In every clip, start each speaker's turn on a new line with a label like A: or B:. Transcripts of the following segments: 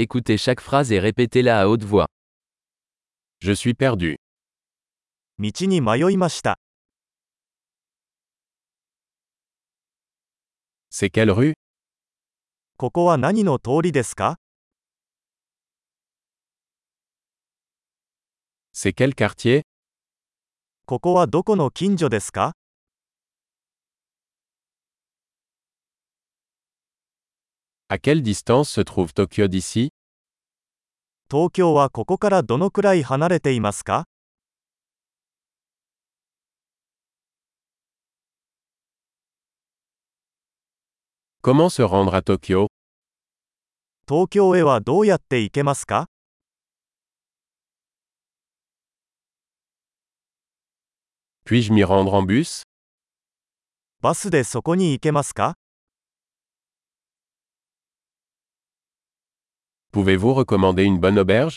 A: Écoutez chaque phrase et répétez-la à haute voix. Je suis perdu.
B: 道に迷いました。
A: C'est quelle rue
B: ここは何の通りですか
A: C'est quel quartier
B: ここはどこの近所ですか
A: À quelle distance se trouve Tokyo d'ici
B: 東京はここからどのくらい離れていますか
A: Comment se rendre à Tokyo
B: 東京へはどうやって行けますか
A: Puis-je m'y rendre en bus
B: バスでそこに行けますか
A: Pouvez-vous recommander une bonne auberge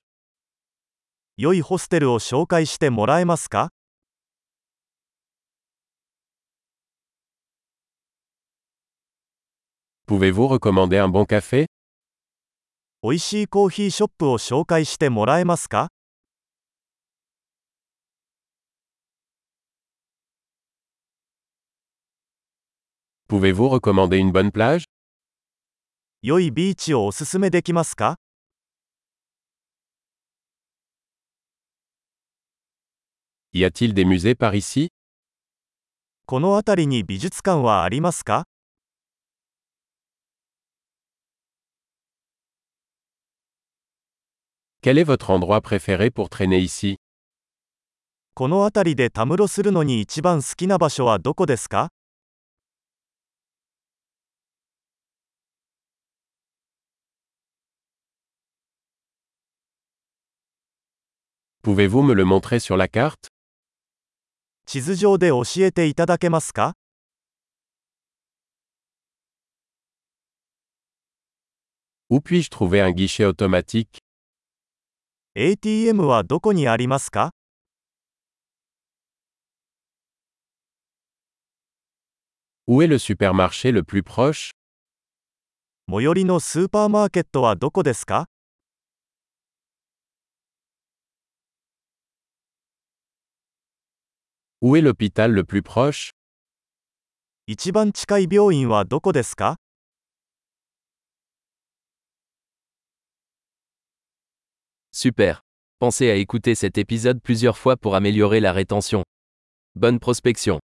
B: 良いホステルを紹介してもらえますか
A: Pouvez-vous recommander un bon café
B: 美味しいコーヒーショップを紹介してもらえますか
A: Pouvez-vous recommander une bonne plage
B: 良いビーチをおすすめできますか
A: Y a-t-il des musées par ici
B: この辺りに美術館はありますか
A: Quel est votre endroit préféré pour traîner ici
B: この辺りでたむろするのに一番好きな場所はどこですか
A: Pouvez-vous me le montrer sur la carte
B: 地図上で教えていただけますか
A: Où puis-je trouver un guichet automatique
B: ATM はどこにありますか
A: Où est le supermarché le plus proche
B: 最寄りのスーパーマーケットはどこですか
A: Où est l'hôpital le plus proche
B: 一番近い病院はどこですか
A: Super. Pensez à écouter cet épisode plusieurs fois pour améliorer la rétention. Bonne prospection.